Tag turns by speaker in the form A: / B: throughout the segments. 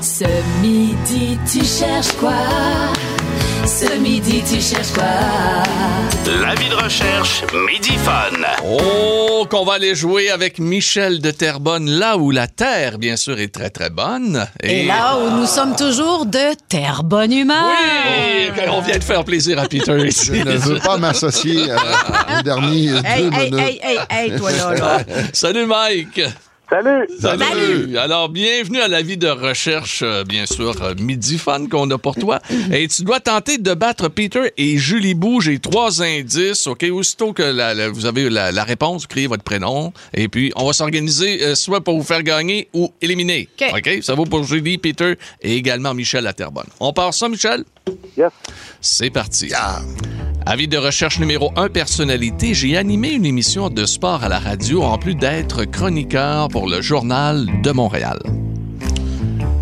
A: Ce midi, tu cherches quoi Ce midi, tu cherches quoi
B: L'avis de recherche Midi Fun.
C: Oh, qu'on va aller jouer avec Michel de Terrebonne, là où la terre, bien sûr, est très, très bonne.
D: Et là où nous sommes toujours de terre bonne humeur.
C: Oui! Oh, On vient de faire plaisir à Peter ici.
E: Je ne veux pas m'associer à- aux derniers
F: Hey,
E: deux
F: hey,
E: minutes.
F: hey, hey, hey, toi là, là.
C: Salut, Mike!
G: Salut!
C: Salut.
E: Salut.
C: Alors, bienvenue à la vie de recherche, euh, bien sûr, euh, midi fun qu'on a pour toi. Et tu dois tenter de battre Peter et Julie Bou. J'ai trois indices, OK? Aussitôt que la- la- vous avez la, la réponse, vous criez votre prénom. Et puis, on va s'organiser euh, soit pour vous faire gagner ou éliminer.
D: OK.
C: Ça vaut pour Julie, Peter et également Michel à Terrebonne. On part ça, Michel?
G: Yes.
C: C'est parti. Avis de recherche numéro 1, personnalité. J'ai animé une émission de sport à la radio en plus d'être chroniqueur pour le Journal de Montréal.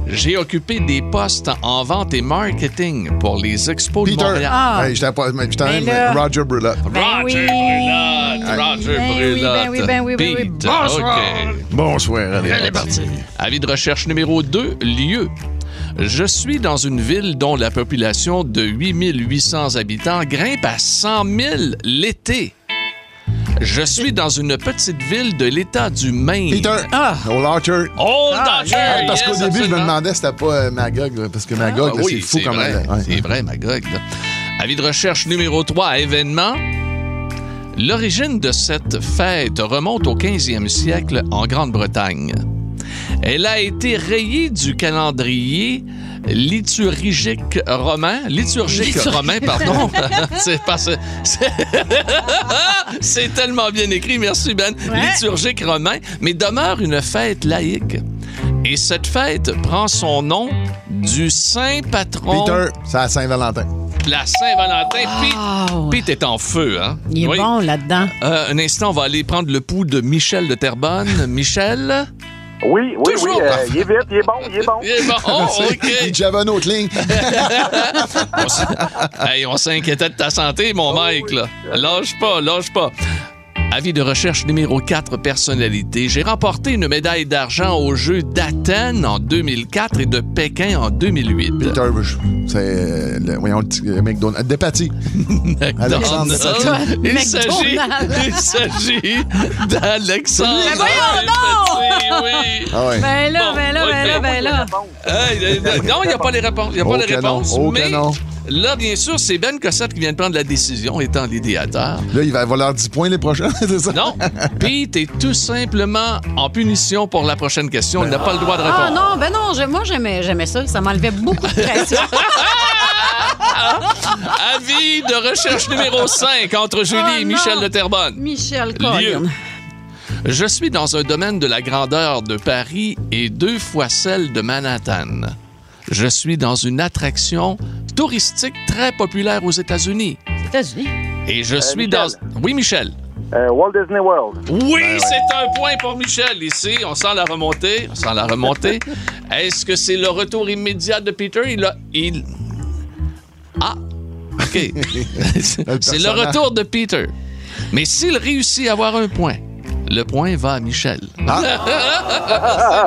C: J'ai occupé des postes en vente et marketing pour les expos de
E: Peter,
C: Montréal.
D: Ah.
E: Hey, je t'ai pas- je t'ai
D: Mais
E: même
D: là-
E: Roger Brulotte.
D: Ben
C: Roger
D: oui.
C: Brulotte, Roger
D: Ben oui, ben oui, ben oui, ben oui.
C: Peter,
E: Bonsoir.
C: OK.
E: Bonsoir, allez.
C: Elle est partie. Avis de recherche numéro 2, lieu. Je suis dans une ville dont la population de 8800 habitants grimpe à 100 000 l'été. Je suis dans une petite ville de l'État du Maine.
E: Peter,
C: Ah!
E: au Larcher.
C: Oh,
E: Hey, parce qu'au début, je me demandais si c'était pas euh, Magog, là, parce que Magog, là, c'est fou comme
C: vrai,
E: elle est. Ouais.
C: Ah C'est vrai, Magog. là. Avis de recherche numéro 3, événement. L'origine de cette fête remonte au 15e siècle en Grande-Bretagne. Elle a été rayée du calendrier liturgique romain. Liturgique
D: Litur-
C: romain, pardon. c'est parce que- c'est- C'est tellement bien écrit, merci Ben. Liturgique romain, mais demeure une fête laïque. Et cette fête prend son nom du saint patron
E: Peter, c'est à Saint-Valentin.
C: de la Saint-Valentin.
D: Wow.
C: Pete, Pete est en feu,
D: Ah,
C: hein?
D: Oh, Il est
C: Oui.
D: bon là-dedans.
C: Euh, un instant, on va aller prendre le pouls de Michel de Terrebonne. Michel?
G: Oui, oui,
C: Toujours.
G: oui. euh, il est vite, il est bon, il est bon.
C: Il est bon. Oh,
E: Et
C: OK.
E: J'avais une autre ligne.
C: On s- Hey, on s'inquiétait de ta santé,
D: Oh,
C: mon Mike. Là. Lâche pas, lâche pas. Avis de recherche numéro 4, personnalité. J'ai remporté une médaille d'argent aux Jeux d'Athènes en 2004 et de Pékin en 2008.
E: Peter, je- c'est. euh, le- Voyons, le petit euh, McDonald's. Depati. Alexandre
C: McDonald. Il s'agit,
D: McDonald.
C: il s'agit d'Alexandre.
D: Mais voyons
C: Petit, oui.
E: Ah ouais.
D: Ben là,
C: Bon,
D: ben là, ben là,
C: ok.
D: ben là.
C: Hey, le- le- non, il n'y a pas les réponses. Il n'y a pas
E: Au
C: les
E: canon,
C: réponses.
E: au
C: mais
E: canon.
C: là, bien sûr, c'est Ben Cossette qui vient de prendre la décision étant l'idéateur.
E: Là, il va valoir 10 points les prochains, c'est ça?
C: Non, Pete est tout simplement en punition pour la prochaine question. Il n'a pas le droit de
D: Ah
C: répondre.
D: non, ben non, j'ai- moi j'aimais j'aimais ça, ça m'enlevait beaucoup de pression.
C: Avis de recherche numéro 5 entre Julie
D: Ah
C: et Michel
D: non.
C: de Terrebonne.
D: Michel
C: Lieu.
D: Colin.
C: Je suis dans un domaine de la grandeur de Paris et deux fois celle de Manhattan. Je suis dans une attraction touristique très populaire aux États-Unis.
D: États-Unis.
C: Et je suis
G: Michel.
C: dans... Oui, Michel.
G: Euh, Walt Disney World.
C: Oui, c'est un point pour Michel ici. On sent la remontée. On sent la remontée. Est-ce que c'est le retour immédiat de Peter? Il a. Il... Ah! OK. c'est le
E: personnage.
C: retour de Peter. Mais s'il réussit à avoir un point, le point va à Michel. c'est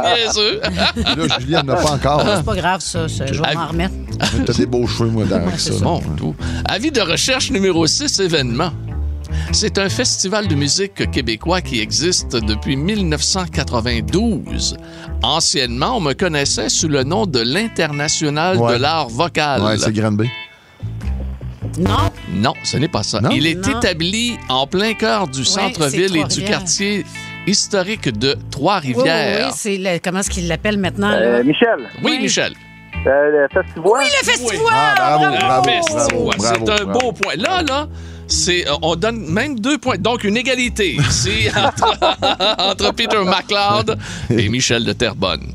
C: niaiseux.
E: Là, Julien n'a pas encore.
D: C'est pas grave ça, ça, je vais
C: Ah.
D: m'en remettre.
E: T'as des beaux cheveux, moi, dans avec ça.
D: c'est
C: Bon, tout. Avis de recherche numéro 6, événement. C'est un festival de musique québécois qui existe depuis 1992. Anciennement, on me connaissait sous le nom de l'International
E: Ouais.
C: de l'art vocal.
E: Ouais, c'est Granby.
D: Non,
C: non, ce n'est pas ça.
E: Non?
C: Il est
D: Non.
C: établi en plein cœur du centre-ville
D: c'est
C: et du
D: Trois-Rivières.
C: quartier historique de
D: oui, oui, oui,
C: Trois-Rivières.
D: c'est le- comment est-ce qu'il l'appelle maintenant
G: Euh,
D: là?
G: Michel,
C: oui,
D: oui.
C: Michel.
G: euh, le festival.
D: Oui, le festival.
E: Ah, bravo,
C: Ah,
E: bravo,
C: mais
E: bravo,
C: c'est-
E: bravo.
C: ouais, c'est un
E: bravo.
C: beau point. Là, là, c'est, euh, on donne même deux points. Donc, une égalité ici entre, entre Peter McLeod et Michel de Terrebonne.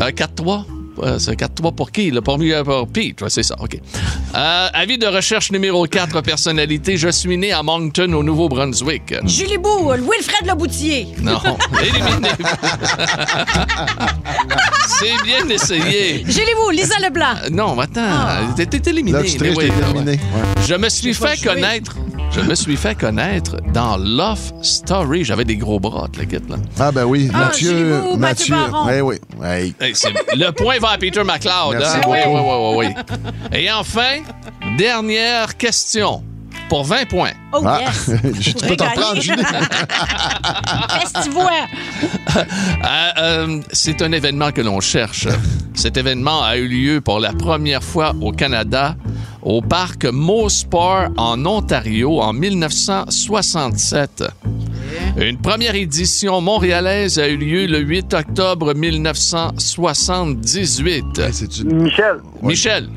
C: Euh, 4-3. Ouais, c'est 4-3 pour qui? Là, pour, lui, euh, pour Pete, Ouais, c'est ça, OK. Euh, avis de recherche numéro 4, personnalité. Je suis né à Moncton, au Nouveau-Brunswick.
D: Julie Bou, Wilfred Laboutier.
C: Non, éliminé. c'est bien essayé. Euh,
D: Julie Bou, Lisa Leblanc.
C: Non, attends, t'es t'es éliminé.
E: Ah. Là, tu
C: mais
E: triches,
C: oui,
E: t'es
C: ouais.
E: terminé. Ouais.
C: Je me suis
D: J'ai pas
C: fait
D: joué.
C: connaître. Je je me suis fait connaître dans Love Story. J'avais des gros bras, le kit, là.
E: Ah, ben oui,
D: Ah,
E: Mathieu.
D: Giroux, Mathieu
E: Mathieu.
D: Baron.
E: Eh oui. Hey.
C: Hey, c'est- le point va à Peter McLeod.
E: Merci
C: Oui, oui,
E: beaucoup.
C: oui, oui, oui. Et enfin, dernière question pour 20 points.
D: Oh
E: Ah,
D: yes!
E: je- tu peux t'en
D: Régalé.
E: prendre, Julie.
D: Qu'est-ce que tu vois?
C: Euh, euh, c'est un événement que l'on cherche. Cet événement a eu lieu pour la première fois au Canada, au parc Mosport en Ontario en 1967. Une première édition montréalaise a eu lieu le 8 octobre 1978.
E: Hey, c'est-tu-
G: Michel,
C: Michel.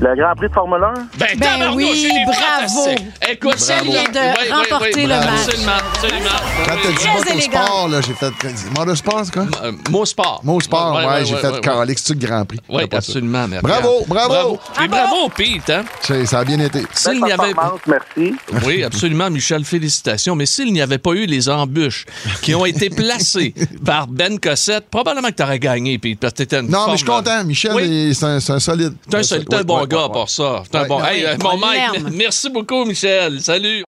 G: le Grand Prix de Formule 1.
C: Ben,
D: Ben
C: tabarnouche,
D: oui,
C: il est
D: bravo.
C: fantastique. Écoute,
D: Michel
C: celui
D: vient de remporter le match.
C: Absolument, absolument.
E: Quand t'as dit
D: Très élégant.
E: motosport, là, j'ai fait. Motosport, c'est quoi?
C: Euh, mot sport.
E: Mot sport, ouais, j'ai fait
C: ouais.
E: Calix, tu le Grand Prix.
C: Oui,
E: T'as pas ça.
C: absolument. mais
E: Bravo,
C: regarde.
E: bravo.
D: Ah,
C: Et bravo, Pete. Hein?
E: C'est- Ça a bien été.
C: S'il n'y
G: Belle
C: avait...
G: performance, merci.
C: Oui, absolument, Michel, félicitations. Mais s'il n'y avait pas eu les embûches qui ont été placées par Ben Cossette, probablement que tu aurais gagné, Pete, parce que t'étais une
E: Non, mais je suis
C: forme-
E: content. Michel,
C: Oui.
E: il- c'est un, c'est un solide.
C: T'es un, seul- t'es un
E: Ouais,
C: bon
E: ouais,
C: gars
E: ouais, ouais.
C: pour ça. T'es un
E: Ouais.
C: bon... Hey,
D: Ouais,
C: euh, mon
D: on
C: Mike,
D: l'aime.
C: merci beaucoup, Michel. Salut.